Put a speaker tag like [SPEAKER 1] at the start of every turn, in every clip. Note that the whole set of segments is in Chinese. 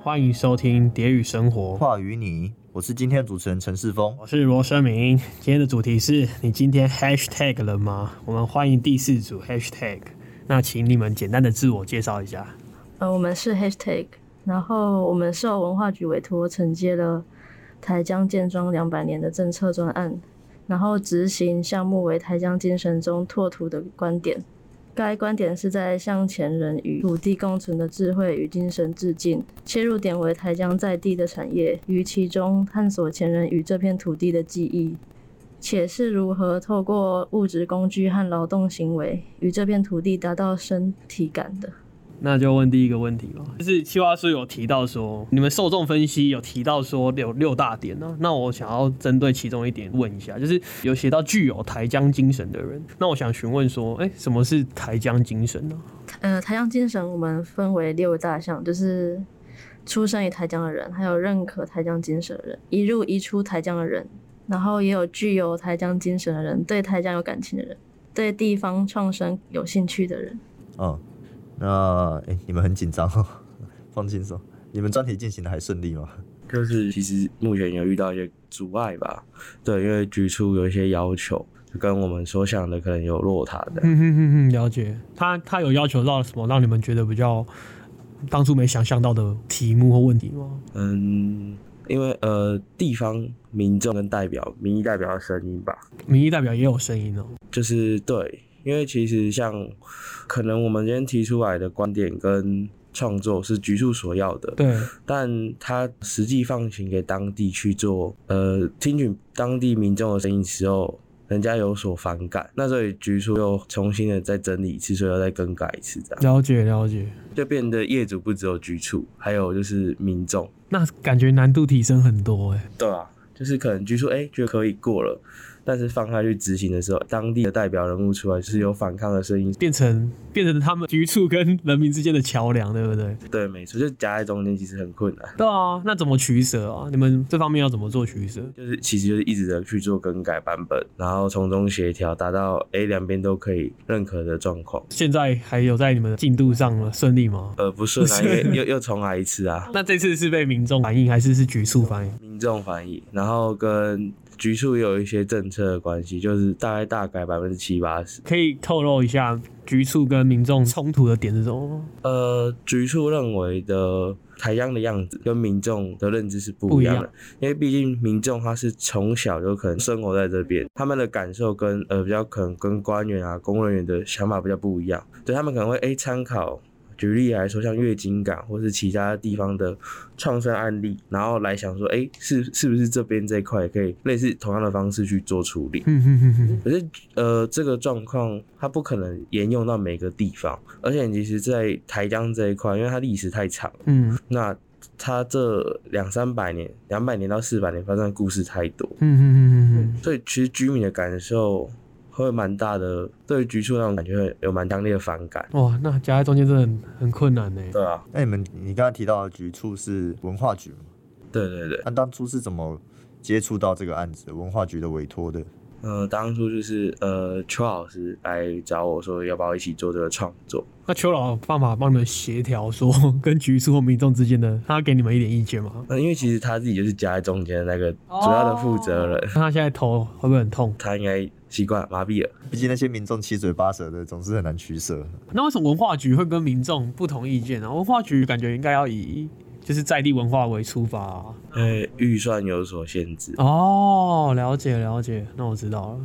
[SPEAKER 1] 欢迎收听《蝶语生活》，
[SPEAKER 2] 话与你，我是今天的主持人陈世峰。
[SPEAKER 1] 我是罗生明。今天的主题是你今天 hashtag 了吗？我们欢迎第四组 hashtag。那请你们简单的自我介绍一下。
[SPEAKER 3] 呃，我们是 Hashtag，然后我们受文化局委托承接了台江建庄两百年的政策专案，然后执行项目为台江精神中拓土的观点。该观点是在向前人与土地共存的智慧与精神致敬，切入点为台江在地的产业，于其中探索前人与这片土地的记忆，且是如何透过物质工具和劳动行为与这片土地达到身体感的。
[SPEAKER 1] 那就问第一个问题吧，就是企划书有提到说，你们受众分析有提到说有六大点呢、那我想要针对其中一点问一下，就是有写到具有台江精神的人，那我想询问说，哎、什么是台江精神呢、
[SPEAKER 3] 呃，台江精神我们分为六大项，就是出生于台江的人，还有认可台江精神的人，一入一出台江的人，然后也有具有台江精神的人，对台江有感情的人，对地方创生有兴趣的人。
[SPEAKER 2] 嗯，那诶、你们很紧张哦， 放轻松。你们专题进行的还顺利吗？
[SPEAKER 4] 就是其实目前有遇到一些阻碍吧，对，因为局处有一些要求，就跟我们所想的可能有落差的。
[SPEAKER 1] 嗯哼哼哼，了解。他他有要求到什么让你们觉得比较当初没想象到的题目或问题吗？
[SPEAKER 4] 嗯，因为呃，地方民众跟代表、民意代表的声音吧，
[SPEAKER 1] 民意代表也有声音哦、
[SPEAKER 4] 就是对，因为其实像可能我们今天提出来的观点跟创作是局处所要的，
[SPEAKER 1] 对，
[SPEAKER 4] 但它实际放行给当地去做，呃，听取当地民众的声音时候，人家有所反感，那所以局处又重新的再整理一次，所以要再更改一次，这样
[SPEAKER 1] 了解了解。
[SPEAKER 4] 就变得业主不只有局处，还有就是民众，
[SPEAKER 1] 那感觉难度提升很多哎、
[SPEAKER 4] 对啊，就是可能局处哎、觉得可以过了，但是放下去执行的时候，当地的代表人物出来就是有反抗的声音，
[SPEAKER 1] 变成变成他们局处跟人民之间的桥梁，对不对？
[SPEAKER 4] 对，没错，就夹在中间其实很困难。
[SPEAKER 1] 对啊，那怎么取舍啊？你们这方面要怎么做取舍？
[SPEAKER 4] 就是其实就是一直的去做更改版本，然后从中协调，达到诶两边都可以认可的状况。
[SPEAKER 1] 现在还有在你们的进度上吗？顺利吗？
[SPEAKER 4] 呃，不顺啊，因为又又重来一次啊，
[SPEAKER 1] 那这次是被民众反映还是是局处反映？
[SPEAKER 4] 民众反映，然后跟局处也有一些政策的关系，就是大概大概百分之七八十。
[SPEAKER 1] 可以透露一下局处跟民众冲突的点是什么吗？
[SPEAKER 4] 呃，局处认为的台央的样子跟民众的认知是不一样的，
[SPEAKER 1] 不
[SPEAKER 4] 因为毕竟民众他是从小就可能生活在这边，他们的感受跟呃比较可能跟官员啊、公务人员的想法比较不一样，对他们可能会诶参考。举例来说，像月经港或是其他地方的创生案例，然后来想说，诶，是是不是这边这一块也可以类似同样的方式去做处理？
[SPEAKER 1] 嗯哼哼哼，
[SPEAKER 4] 可是，呃，这个状况它不可能沿用到每个地方，而且其实，在台江这一块，因为它历史太长，
[SPEAKER 1] 嗯
[SPEAKER 4] 那它这两三百年、两百年到四百年发生的故事太多，
[SPEAKER 1] 嗯哼哼哼哼。
[SPEAKER 4] 所以其实居民的感受会蛮大的，对于局处那种感觉会有蛮强烈的反感。
[SPEAKER 1] 哇，那夹在中间真的很很困难呢。
[SPEAKER 4] 对啊，
[SPEAKER 2] 那你们你刚刚提到的局处是文化局吗？
[SPEAKER 4] 对对对，
[SPEAKER 2] 那当初是怎么接触到这个案子？文化局的委托的？
[SPEAKER 4] 呃，当初就是呃邱老师来找我说要不要一起做这个创作，
[SPEAKER 1] 那邱老有办法帮你们协调，说跟局处或民众之间的，他给你们一点意见吗？
[SPEAKER 4] 呃那、因为其实他自己就是夹在中间的那个主要的负责人，
[SPEAKER 1] 那他现在头会不会很痛？
[SPEAKER 4] 他应该习惯麻痹了。
[SPEAKER 2] 毕竟那些民众七嘴八舌的，总是很难取舍。
[SPEAKER 1] 那为什么文化局会跟民众不同意见呢、啊文化局感觉应该要以就是在地文化为出发啊、
[SPEAKER 4] 呃，预算有所限制，
[SPEAKER 1] 哦，了解了解，那我知道了，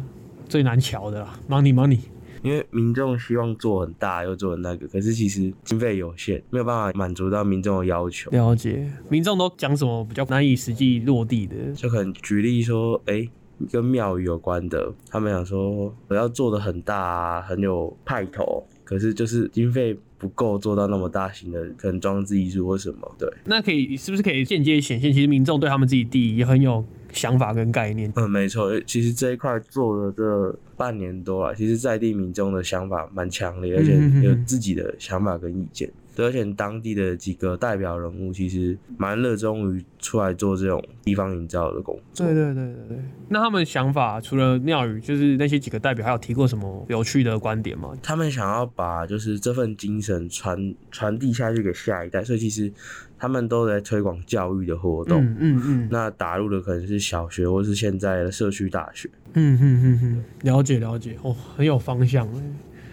[SPEAKER 1] 最难瞧的啦，money money。
[SPEAKER 4] 因为民众希望做很大又做很那个，可是其实经费有限，没有办法满足到民众的要求。
[SPEAKER 1] 了解，民众都讲什么比较难以实际落地的？
[SPEAKER 4] 就可能举例说，哎、跟庙宇有关的，他们想说我要做的很大、啊，很有派头，可是就是经费不够做到那么大型的，可能装置艺术或什么。对，
[SPEAKER 1] 那可以是不是可以间接显现，其实民众对他们自己地也很有想法跟概念？
[SPEAKER 4] 嗯，没错，其实这一块做了这半啊年多了，其实在地民众的想法蛮强烈，而且
[SPEAKER 1] 嗯嗯嗯嗯
[SPEAKER 4] 有自己的想法跟意见。对，而且当地的几个代表人物其实蛮热衷于出来做这种地方营造的工作。
[SPEAKER 1] 对对对对对。那他们想法除了妙语，就是那些几个代表还有提过什么有趣的观点吗？
[SPEAKER 4] 他们想要把就是这份精神传传递下去给下一代，所以其实他们都在推广教育的活动。
[SPEAKER 1] 嗯嗯嗯
[SPEAKER 4] 那打入的可能是小学，或是现在的社区大学。
[SPEAKER 1] 嗯嗯嗯嗯，了解了解，哦，很有方向哎。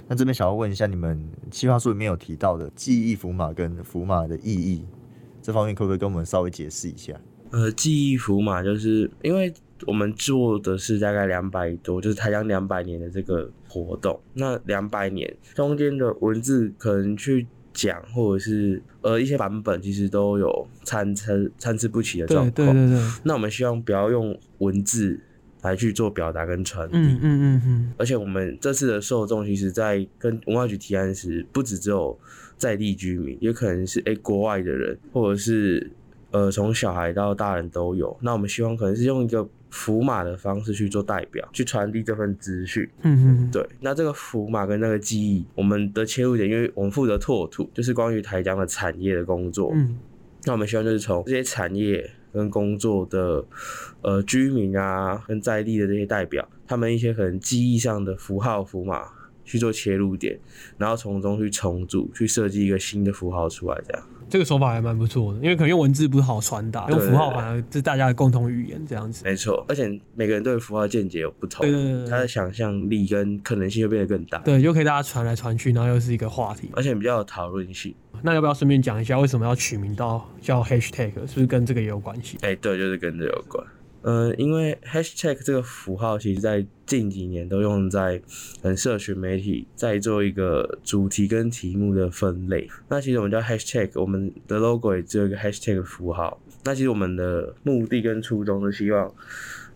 [SPEAKER 2] 那这边想要问一下，你们企划书里面有提到的记忆符码跟符码的意义，这方面可不可以跟我们稍微解释一下？
[SPEAKER 4] 呃，记忆符码就是因为我们做的是大概两百多，就是台江两百年的这个活动。那两百年中间的文字可能去讲，或者是呃一些版本，其实都有参差参差不齐的状
[SPEAKER 1] 对
[SPEAKER 4] 况。
[SPEAKER 1] 对对对，
[SPEAKER 4] 那我们希望不要用文字来去做表达跟传递。
[SPEAKER 1] 嗯嗯嗯嗯，
[SPEAKER 4] 而且我们这次的受众，其实在跟文化局提案时，不只只有在地居民，也可能是诶、国外的人，或者是呃从小孩到大人都有。那我们希望可能是用一个符码的方式去做代表，去传递这份资讯。
[SPEAKER 1] 嗯嗯，
[SPEAKER 4] 对，那这个符码跟那个记忆，我们的切入点，因为我们负责拓土，就是关于台江的产业的工作。
[SPEAKER 1] 嗯
[SPEAKER 4] 那我们希望就是从这些产业跟工作的呃居民啊，跟在地的这些代表，他们一些可能记忆上的符号符码去做切入点，然后从中去重组，去设计一个新的符号出来，这样。
[SPEAKER 1] 这个手法还蛮不错的，因为可能用文字不好传达，用
[SPEAKER 4] 对
[SPEAKER 1] 符号反而是大家的共同语言这样子。
[SPEAKER 4] 没错，而且每个人对符号的见解有不同，
[SPEAKER 1] 对对对对
[SPEAKER 4] 他的想象力跟可能性会变得更大，
[SPEAKER 1] 对，又可以大家传来传去，然后又是一个话题。
[SPEAKER 4] 而且比较有讨论性。
[SPEAKER 1] 那要不要顺便讲一下为什么要取名到叫 hashtag？是不是跟这个也有关系？
[SPEAKER 4] 哎、对，就是跟这有关。嗯，因为 hashtag 这个符号，其实在近几年都用在嗯社群媒体，在做一个主题跟题目的分类。那其实我们叫 hashtag，我们的 logo 也只有一个 hashtag 符号。那其实我们的目的跟初衷是希望，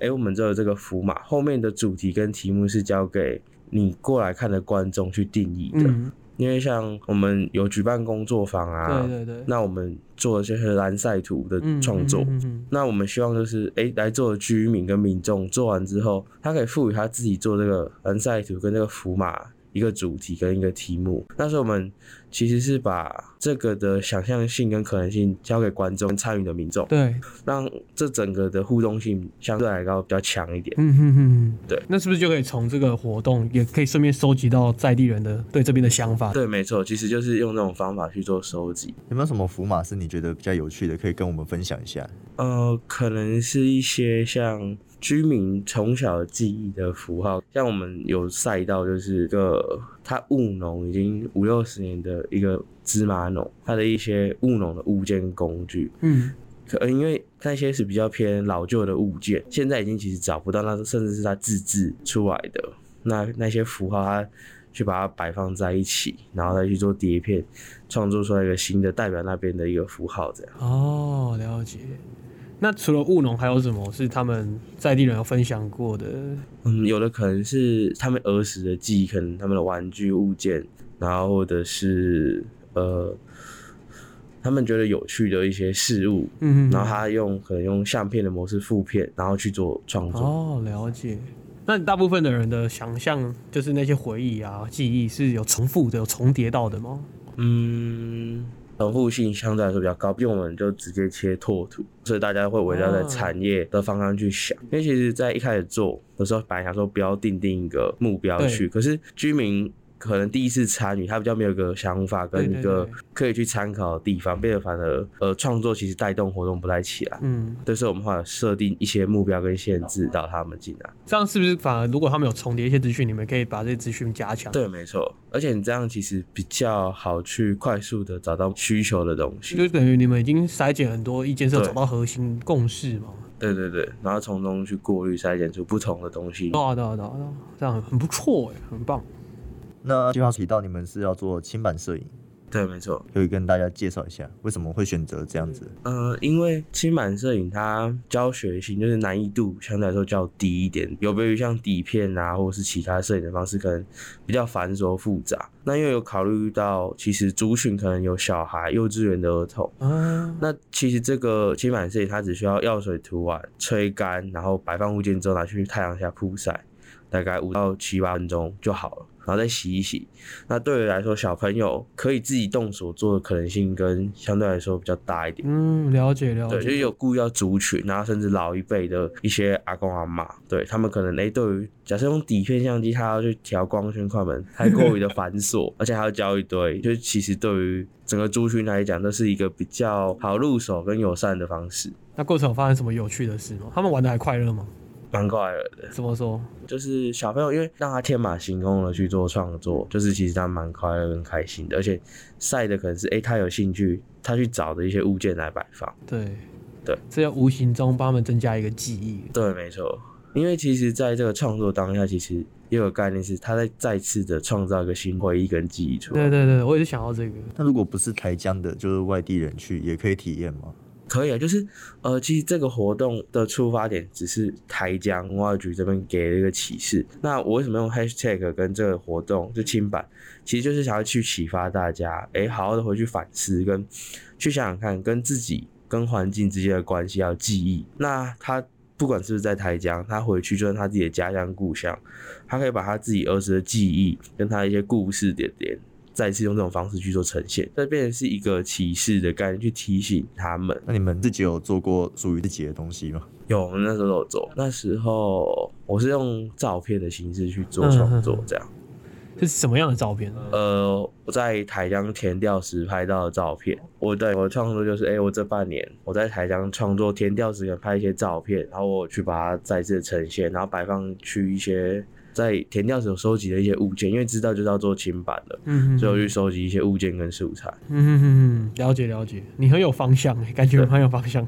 [SPEAKER 4] 哎、我们只有这个符码，后面的主题跟题目是交给你过来看的观众去定义的。
[SPEAKER 1] 嗯，
[SPEAKER 4] 因为像我们有举办工作坊啊，
[SPEAKER 1] 对对对，
[SPEAKER 4] 那我们做的就是蓝赛图的
[SPEAKER 1] 嗯
[SPEAKER 4] 创作。
[SPEAKER 1] 嗯嗯嗯
[SPEAKER 4] 那我们希望就是，诶，来做的居民跟民众做完之后，他可以赋予他自己做这个恩赛图跟这个符码一个主题跟一个题目。那时候我们其实是把这个的想象性跟可能性交给观众跟参与的民众，
[SPEAKER 1] 对，
[SPEAKER 4] 让这整个的互动性相对来高比较强一点。
[SPEAKER 1] 嗯哼哼，
[SPEAKER 4] 对。
[SPEAKER 1] 那是不是就可以从这个活动，也可以顺便收集到在地人的对这边的想法？
[SPEAKER 4] 对，没错，其实就是用这种方法去做收集。
[SPEAKER 2] 有没有什么符码是你觉得比较有趣的，可以跟我们分享一下？
[SPEAKER 4] 呃，可能是一些像居民从小记忆的符号，像我们有赛道，就是一个他务农已经五六十年的一个芝麻农，他的一些务农的物件工具，
[SPEAKER 1] 嗯，
[SPEAKER 4] 可呃因为那些是比较偏老旧的物件，现在已经其实找不到，那甚至是他自制出来的那那些符号，他去把它摆放在一起，然后再去做碟片，创作出来一个新的代表那边的一个符号，这样。
[SPEAKER 1] 哦，了解。那除了务农，还有什么是他们在地人有分享过的？
[SPEAKER 4] 嗯，有的可能是他们儿时的记忆，可能他们的玩具物件，然后或者是呃，他们觉得有趣的一些事物，
[SPEAKER 1] 嗯哼哼
[SPEAKER 4] 然后他用可能用相片的模式复片，然后去做创作。
[SPEAKER 1] 哦，了解。那大部分的人的想象，就是那些回忆啊、记忆是有重复的、有重叠到的吗？
[SPEAKER 4] 嗯，重复性相对来说比较高，毕竟我们就直接切拓图，所以大家会围绕在
[SPEAKER 1] 哦
[SPEAKER 4] 产业的方向去想。因为其实，在一开始做的时候，本来想说不要定定一个目标
[SPEAKER 1] 对
[SPEAKER 4] 去，可是居民。可能第一次参与，他比较没有一个想法跟
[SPEAKER 1] 对对
[SPEAKER 4] 一个
[SPEAKER 1] 对
[SPEAKER 4] 可以去参考的地方，变得反而呃创作其实带动活动不太起来。
[SPEAKER 1] 嗯，
[SPEAKER 4] 对，所以我们后来设定一些目标跟限制到他们进来。
[SPEAKER 1] 这样是不是反而如果他们有重叠一些资讯，你们可以把这些资讯加强？，
[SPEAKER 4] 对，没错。而且你这样其实比较好去快速的找到需求的东西。
[SPEAKER 1] 就等于你们已经筛减很多意见之后，
[SPEAKER 4] 对
[SPEAKER 1] 找到核心共识嘛？
[SPEAKER 4] 对对对，然后从中去过滤、筛选出不同的东西
[SPEAKER 1] 对。啊，对啊，对啊，对啊这样很很不错哎，很棒。
[SPEAKER 2] 那计划提到你们是要做轻版摄影，
[SPEAKER 4] 对，没错。
[SPEAKER 2] 可以跟大家介绍一下为什么会选择这样子？
[SPEAKER 4] 呃，因为轻版摄影它教学性就是难易度相对来说较低一点，有别于像底片啊，或者是其他摄影的方式，可能比较繁琐复杂。那又有考虑到，其实族群可能有小孩、幼稚园的儿童。
[SPEAKER 1] 啊，
[SPEAKER 4] 那其实这个轻版摄影它只需要药水涂完、吹干，然后摆放物件之后拿去太阳下曝晒。大概五到七八分钟就好了，然后再洗一洗。那对于来说，小朋友可以自己动手做的可能性跟相对来说比较大一点。
[SPEAKER 1] 嗯，了解了
[SPEAKER 4] 对，就
[SPEAKER 1] 解。
[SPEAKER 4] 是有顾虑到族群，然后甚至老一辈的一些阿公阿妈，对他们可能诶、对于假设用底片相机，他要去调光圈、快门，太过于的繁琐， 而且还要教一堆，就是其实对于整个族群来讲，这是一个比较好入手跟友善的方式，
[SPEAKER 1] 那过程有发生什么有趣的事吗？他们玩的还快乐吗？
[SPEAKER 4] 蛮快乐的。
[SPEAKER 1] 怎么说？
[SPEAKER 4] 就是小朋友，因为让他天马行空的去做创作，就是其实他蛮快乐跟开心的，而且晒的可能是诶、他有兴趣，他去找的一些物件来摆放。
[SPEAKER 1] 对
[SPEAKER 4] 对，
[SPEAKER 1] 这要无形中帮他们增加一个记忆。
[SPEAKER 4] 对，没错。因为其实在这个创作当下，其实也有个概念是他在再次的创造一个新回忆跟记忆出
[SPEAKER 1] 对
[SPEAKER 4] 来。
[SPEAKER 1] 对对，我也是想到这个。
[SPEAKER 2] 那如果不是台江的，就是外地人去也可以体验吗？
[SPEAKER 4] 可以啊，就是呃，其实这个活动的出发点只是台江文化局这边给了一个启示。那我为什么用 hashtag 跟这个活动就清版，其实就是想要去启发大家，诶，好好的回去反思跟去想想看，跟自己跟环境之间的关系还有记忆。那他不管是不是在台江，他回去就算他自己的家乡故乡，他可以把他自己儿时的记忆跟他一些故事点点，再次用这种方式去做呈现，这变成是一个启示的概念，去提醒他们。
[SPEAKER 2] 那你们自己有做过属于自己的东西吗？
[SPEAKER 4] 有，我们那时候都有做。那时候我是用照片的形式去做创作，这样。
[SPEAKER 1] 这是什么样的照片啊呢？
[SPEAKER 4] 呃，我在台江填调时拍到的照片，我对我的创作就是，哎、我这半年我在台江创作填调时拍一些照片，然后我去把它再次呈现，然后摆放去一些在填调时有收集的一些物件，因为知道就是要做清版的，
[SPEAKER 1] 嗯
[SPEAKER 4] 所以我去收集一些物件跟素材。
[SPEAKER 1] 嗯哼哼哼，了解了解，你很有方向欸， 感觉
[SPEAKER 4] 对
[SPEAKER 1] 很有方向。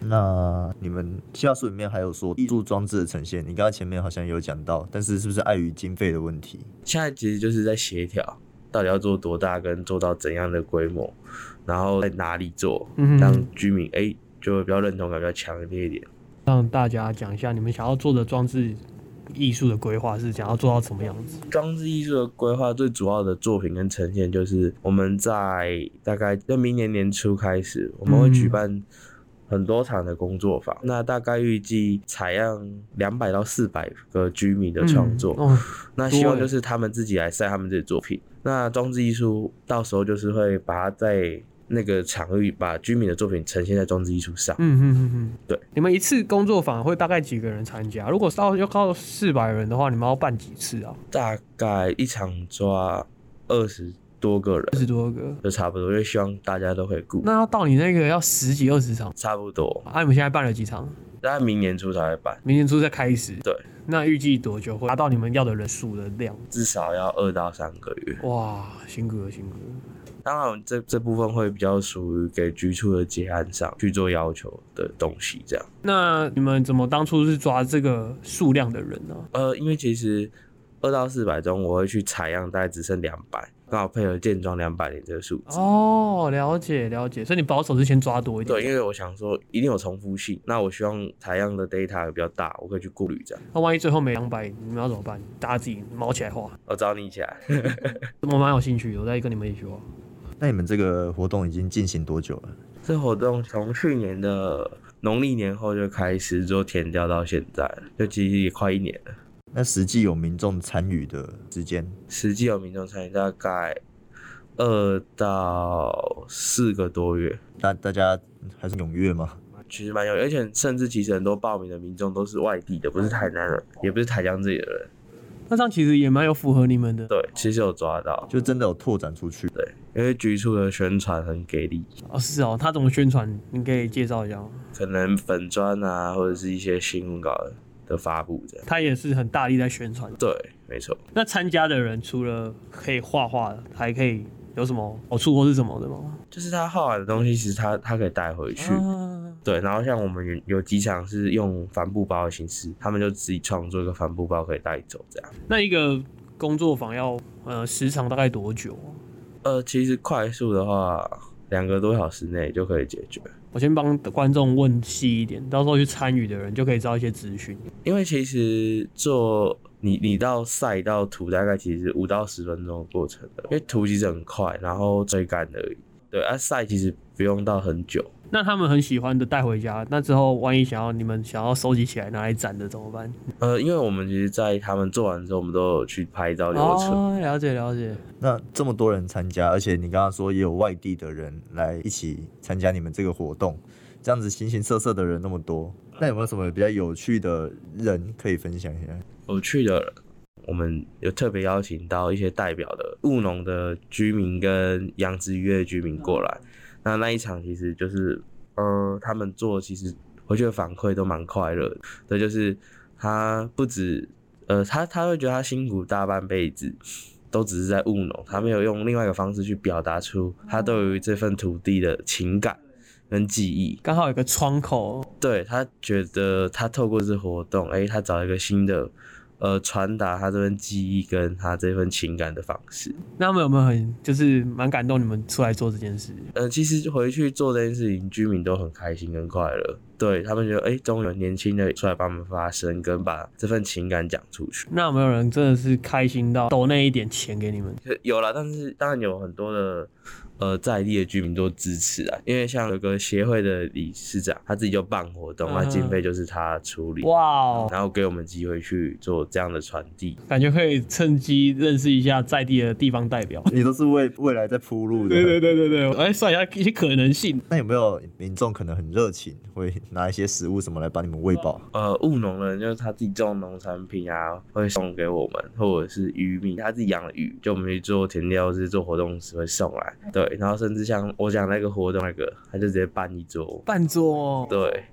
[SPEAKER 2] 那你们计划书里面还有说艺术装置的呈现，你刚刚前面好像有讲到，但是是不是碍于经费的问题？
[SPEAKER 4] 现在其实就是在协调，到底要做多大，跟做到怎样的规模，然后在哪里做，
[SPEAKER 1] 嗯
[SPEAKER 4] 让居民哎、就会比较认同感比较强烈一点。
[SPEAKER 1] 让大家讲一下你们想要做的装置艺术的规划是想要做到什么样子？
[SPEAKER 4] 装置艺术的规划最主要的作品跟呈现，就是我们在大概在明年年初开始，我们会
[SPEAKER 1] 嗯
[SPEAKER 4] 举办很多场的工作坊，那大概预计采样两百到四百个居民的创作。
[SPEAKER 1] 嗯哦
[SPEAKER 4] 那希望
[SPEAKER 1] 多欸
[SPEAKER 4] 就是他们自己来晒他们自己的作品。那装置艺术到时候就是会把它在那个场域把居民的作品呈现在装置艺术上。
[SPEAKER 1] 嗯嗯嗯嗯，
[SPEAKER 4] 对。
[SPEAKER 1] 你们一次工作坊会大概几个人参加？如果到要到四百人的话，你们要办几次啊？
[SPEAKER 4] 大概一场抓二十多个人，
[SPEAKER 1] 四十多个，
[SPEAKER 4] 就差不多，因为希望大家都可以顾，
[SPEAKER 1] 那要到你那个要十几二十场。
[SPEAKER 4] 差不多。
[SPEAKER 1] 啊，你们现在办了几场？
[SPEAKER 4] 大概明年初才会办，
[SPEAKER 1] 明年初再开始。
[SPEAKER 4] 对，
[SPEAKER 1] 那预计多久会达到你们要的人数的量？
[SPEAKER 4] 至少要二到三个月。
[SPEAKER 1] 哇，辛苦了，辛苦了。
[SPEAKER 4] 当然这，这部分会比较属于给局处的结案上去做要求的东西，这样。
[SPEAKER 1] 那你们怎么当初是抓这个数量的人呢、
[SPEAKER 4] 呃，因为其实二到四百中，我会去采样，大概只剩两百，刚好配合建装两百年这个数字。
[SPEAKER 1] 哦，了解了解，所以你保守是先抓多一点。
[SPEAKER 4] 对，因为我想说一定有重复性，那我希望采样的 data 比较大，我可以去顾虑这样。
[SPEAKER 1] 那万一最后没两百，你们要怎么办？大家自己毛起来画，
[SPEAKER 4] 我找你一起来，
[SPEAKER 1] 我蛮有兴趣的，我再跟你们一起画。
[SPEAKER 2] 那你们这个活动已经进行多久了？
[SPEAKER 4] 这活动从去年的农历年后就开始做填调到现在，就其实也快一年了。
[SPEAKER 2] 那实际有民众参与的时间，
[SPEAKER 4] 实际有民众参与大概二到四个多月，
[SPEAKER 2] 大大家还是踊跃吗？
[SPEAKER 4] 其实蛮有，而且甚至其实很多报名的民众都是外地的，不是台南人，也不是台江自己的人。
[SPEAKER 1] 那这样其实也蛮有符合你们的
[SPEAKER 4] 对，其实有抓到，
[SPEAKER 2] 就真的有拓展出去？
[SPEAKER 4] 对，因为局处的宣传很给力，
[SPEAKER 1] 哦，是哦。他怎么宣传？你可以介绍一下哦吗？
[SPEAKER 4] 可能粉砖啊，或者是一些新闻稿的发布这样。
[SPEAKER 1] 他也是很大力在宣传。
[SPEAKER 4] 对，没错。
[SPEAKER 1] 那参加的人除了可以画画，还可以有什么好处或是什么的吗？
[SPEAKER 4] 就是他画完的东西，其实他他可以带回去。
[SPEAKER 1] 啊
[SPEAKER 4] 对，然后像我们有有几场是用帆布包的形式，他们就自己创作一个帆布包可以带走这样。
[SPEAKER 1] 那一个工作坊要呃时长大概多久啊、
[SPEAKER 4] 呃，其实快速的话，两个多小时内就可以解决。
[SPEAKER 1] 我先帮观众问细一点，到时候去参与的人就可以知道一些资讯。
[SPEAKER 4] 因为其实做你你到晒到涂大概其实五到十分钟的过程的，因为涂其实很快，然后追干而已。对啊，晒其实不用到很久，
[SPEAKER 1] 那他们很喜欢的带回家，那之后万一想要你们想要收集起来拿来展的怎么办？
[SPEAKER 4] 呃，因为我们其实，在他们做完之后，我们都有去拍照流程。
[SPEAKER 1] 哦，了解了解。
[SPEAKER 2] 那这么多人参加，而且你刚刚说也有外地的人来一起参加你们这个活动，这样子形形色色的人那么多，那有没有什么比较有趣的人可以分享 一下？
[SPEAKER 4] 有趣的，我们有特别邀请到一些代表的务农的居民跟养殖渔业的居民过来。那那一场其实就是，呃，他们做其实回去的反馈都蛮快乐的。对，就是他不止，呃，他他会觉得他辛苦大半辈子。都只是在务农，他没有用另外一个方式去表达出他对于这份土地的情感跟记忆。
[SPEAKER 1] 刚好有个窗口，
[SPEAKER 4] 对他觉得他透过这活动，哎、他找到一个新的，呃，传达他这份记忆跟他这份情感的方式。
[SPEAKER 1] 那他们有没有很就是蛮感动你们出来做这件事？
[SPEAKER 4] 呃，其实回去做这件事情，居民都很开心跟快乐，对他们觉得，哎、终于有年轻的出来帮我们发声，跟把这份情感讲出去。
[SPEAKER 1] 那有没有人真的是开心到抖那一点钱给你们？
[SPEAKER 4] 可有啦，但是当然有很多的呃在地的居民都支持啊，因为像有个协会的理事长，他自己就办活动，那经费就是他处理，
[SPEAKER 1] 哇哦，
[SPEAKER 4] 然后给我们机会去做这样的传递。
[SPEAKER 1] 感觉可以趁机认识一下在地的地方代表。
[SPEAKER 2] 你都是为未来在铺路的。
[SPEAKER 1] 对对对对对，我来算一下一些可能性。
[SPEAKER 2] 那有没有民众可能很热情，会拿一些食物什么来把你们喂饱？
[SPEAKER 4] 呃，务农的人就是他自己种农产品啊，会送给我们，或者是渔民他自己养的鱼，就我们去做田钓或是做活动时会送来。对，然后甚至像我讲那个活动那个，他就直接办一桌。
[SPEAKER 1] 半桌、哦，
[SPEAKER 4] 对，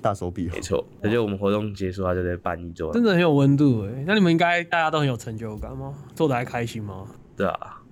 [SPEAKER 2] 大手笔哦
[SPEAKER 4] 没，错，他就我们活动结束，他就直接办一桌。
[SPEAKER 1] 真的很有温度哎。那你们应该大家都很有成就感吗？做的还开心吗？
[SPEAKER 4] 对啊，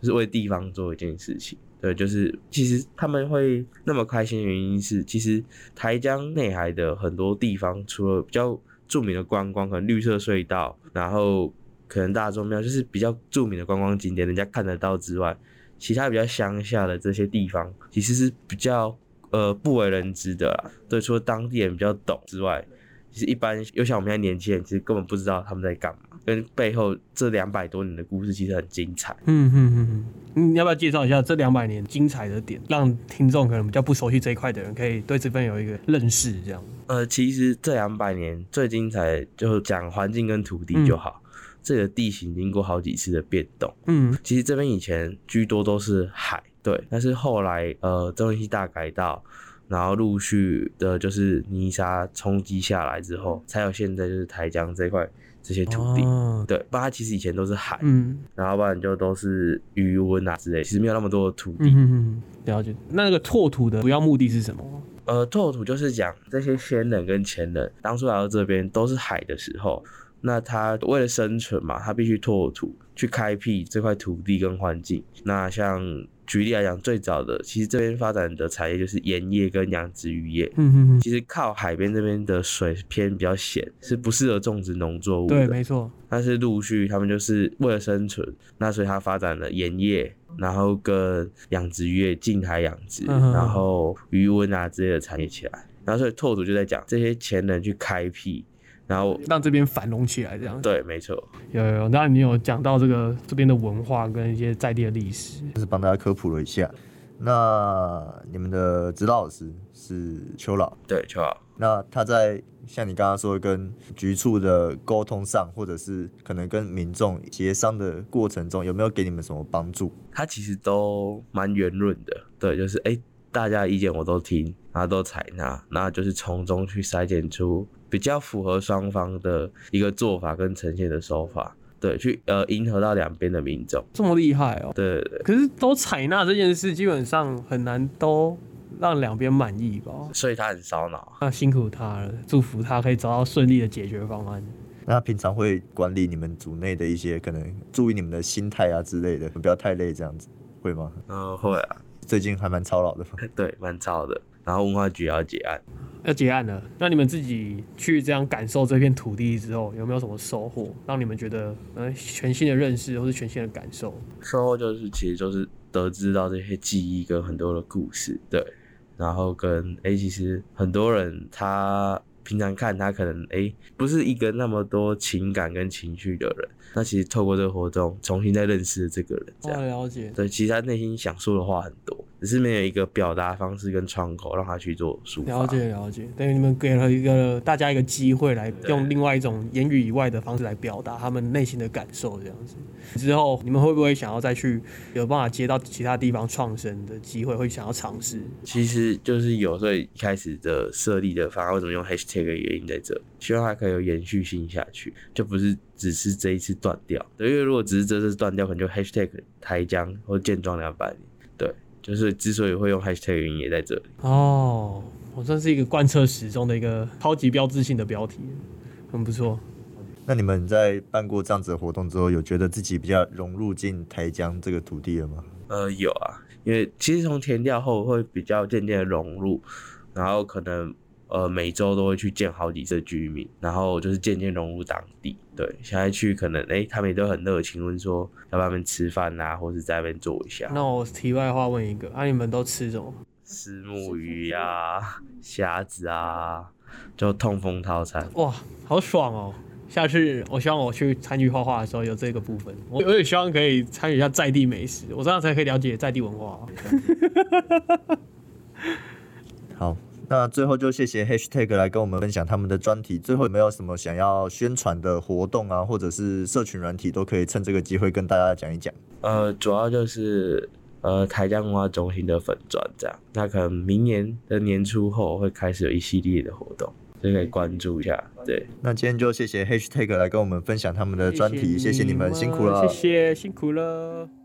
[SPEAKER 4] 就是为地方做一件事情。对，就是其实他们会那么开心的原因是，其实台江内海的很多地方，除了比较著名的观光，可能绿色隧道，然后可能大众庙，就是比较著名的观光景点，人家看得到之外，其他比较乡下的这些地方，其实是比较呃不为人知的啦。对，除了当地人比较懂之外，其实一般又像我们现在年轻人，其实根本不知道他们在干嘛，跟背后这两百多年的故事其实很精彩。
[SPEAKER 1] 嗯嗯嗯嗯，你要不要介绍一下这两百年精彩的点，让听众可能比较不熟悉这一块的人，可以对这份有一个认识？这样，
[SPEAKER 4] 呃，其实这两百年最精彩的就讲环境跟土地就好。这个地形经过好几次的变动，
[SPEAKER 1] 嗯
[SPEAKER 4] 其实这边以前居多都是海，对，但是后来呃中文系大改道，然后陆续的就是泥沙冲击下来之后，才有现在就是台江这块这些土地。
[SPEAKER 1] 哦
[SPEAKER 4] 对，不然它其实以前都是海，
[SPEAKER 1] 嗯
[SPEAKER 4] 然后不然就都是余温啊之类，其实没有那么多的土地。
[SPEAKER 1] 嗯嗯嗯，了解。那个拓土的主要目的是什么？
[SPEAKER 4] 呃，拓土就是讲这些先人跟前人当初来到这边都是海的时候，那他为了生存嘛，他必须拓土去开辟这块土地跟环境。那像举例来讲，最早的其实这边发展的产业就是盐业跟养殖渔业。
[SPEAKER 1] 嗯嗯嗯，
[SPEAKER 4] 其实靠海边这边的水偏比较咸，是不适合种植农作物
[SPEAKER 1] 对，
[SPEAKER 4] 的。
[SPEAKER 1] 没错。
[SPEAKER 4] 但是陆续他们就是为了生存，那所以他发展了盐业，然后跟养殖渔业近海养殖，
[SPEAKER 1] 嗯哼
[SPEAKER 4] 然后渔温啊之类的产业起来。然后所以拓主就在讲这些前人去开辟，然后
[SPEAKER 1] 让这边繁荣起来，这样
[SPEAKER 4] 对，没错，
[SPEAKER 1] 有有有。那你有讲到这个这边的文化跟一些在地的历史，
[SPEAKER 2] 就是帮大家科普了一下。那你们的指导老师是邱老，
[SPEAKER 4] 对，就好。
[SPEAKER 2] 那他在像你刚刚说跟局处的沟通上，或者是可能跟民众协商的过程中，有没有给你们什么帮助？
[SPEAKER 4] 他其实都蛮圆润的，对，就是哎、大家的意见我都听，然后都采纳，那就是从中去筛选出比较符合双方的一个做法跟呈现的手法，对，去呃迎合到两边的民众，
[SPEAKER 1] 这么厉害哦、
[SPEAKER 4] 对对对。
[SPEAKER 1] 可是都采纳这件事，基本上很难都让两边满意吧？
[SPEAKER 4] 所以他很烧脑。
[SPEAKER 1] 那辛苦他了，祝福他可以找到顺利的解决方案。
[SPEAKER 2] 那他平常会管理你们组内的一些可能注意你们的心态啊之类的，不要太累这样子，会吗？
[SPEAKER 4] 嗯，会啊，
[SPEAKER 2] 最近还蛮操劳的吧。
[SPEAKER 1] 嗯
[SPEAKER 4] 对，蛮燥的。然后文化局也要结案，
[SPEAKER 1] 要结案了，那你们自己去这样感受这片土地之后，有没有什么收获，让你们觉得呃全新的认识或是全新的感受？
[SPEAKER 4] 收获就是其实就是得知到这些记忆跟很多的故事，对。然后跟诶，其实很多人他平常看他可能诶不是一个那么多情感跟情绪的人，那其实
[SPEAKER 1] 哦
[SPEAKER 4] 透过这个活动重新再认识了这个人，这样。
[SPEAKER 1] 了解，
[SPEAKER 4] 对，其实他内心想说的话很多，只是没有一个表达方式跟窗口让他去做抒发。
[SPEAKER 1] 了解了解，等于你们给了一个大家一个机会来用另外一种言语以外的方式来表达他们内心的感受，这样子。之后你们会不会想要再去有办法接到其他地方创生的机会，会想要尝试？
[SPEAKER 4] 其实就是有，所以一开始的设立的方案为什么用 hashtag 的原因在这，希望它可以有延续性下去，就不是只是这一次断掉。对，因为如果只是这次断掉，可能就 hashtag 台江或建庄两百年。对，就是之所以会用 hashtag 的原因也在这里。
[SPEAKER 1] 哦，我算是一个贯彻始终的一个超级标志性的标题，很不错。
[SPEAKER 2] 那你们在办过这样子的活动之后，有觉得自己比较融入进台江这个土地了吗？
[SPEAKER 4] 呃，有啊，因为其实从填掉后会比较渐渐的融入，然后可能呃每周都会去见好几次居民，然后就是渐渐融入当地。对，现在去可能哎、诶他们也都很热情，问说要不要他们吃饭啊，或是在那边坐一下，
[SPEAKER 1] 那我题外话问一个，啊，你们都吃什么？
[SPEAKER 4] 石目鱼啊、虾子啊，就痛风套餐。
[SPEAKER 1] 哇，好爽哦！下次我希望我去参与画画的时候有这个部分，我我也希望可以参与一下在地美食，我这样才可以了解在地文化哦、
[SPEAKER 2] 好，那最后就谢谢 Hashtag 来跟我们分享他们的专题。最后有没有什么想要宣传的活动啊，或者是社群软体，都可以趁这个机会跟大家讲一讲。
[SPEAKER 4] 呃，主要就是呃台江文化中心的粉砖这样。那可能明年的年初后会开始有一系列的活动，所以可以关注一下。对，
[SPEAKER 2] 那今天就谢谢 Hashtag 呃来跟我们分享他们的专题，
[SPEAKER 1] 谢
[SPEAKER 2] 谢谢你们辛苦了。
[SPEAKER 1] 谢谢辛苦了。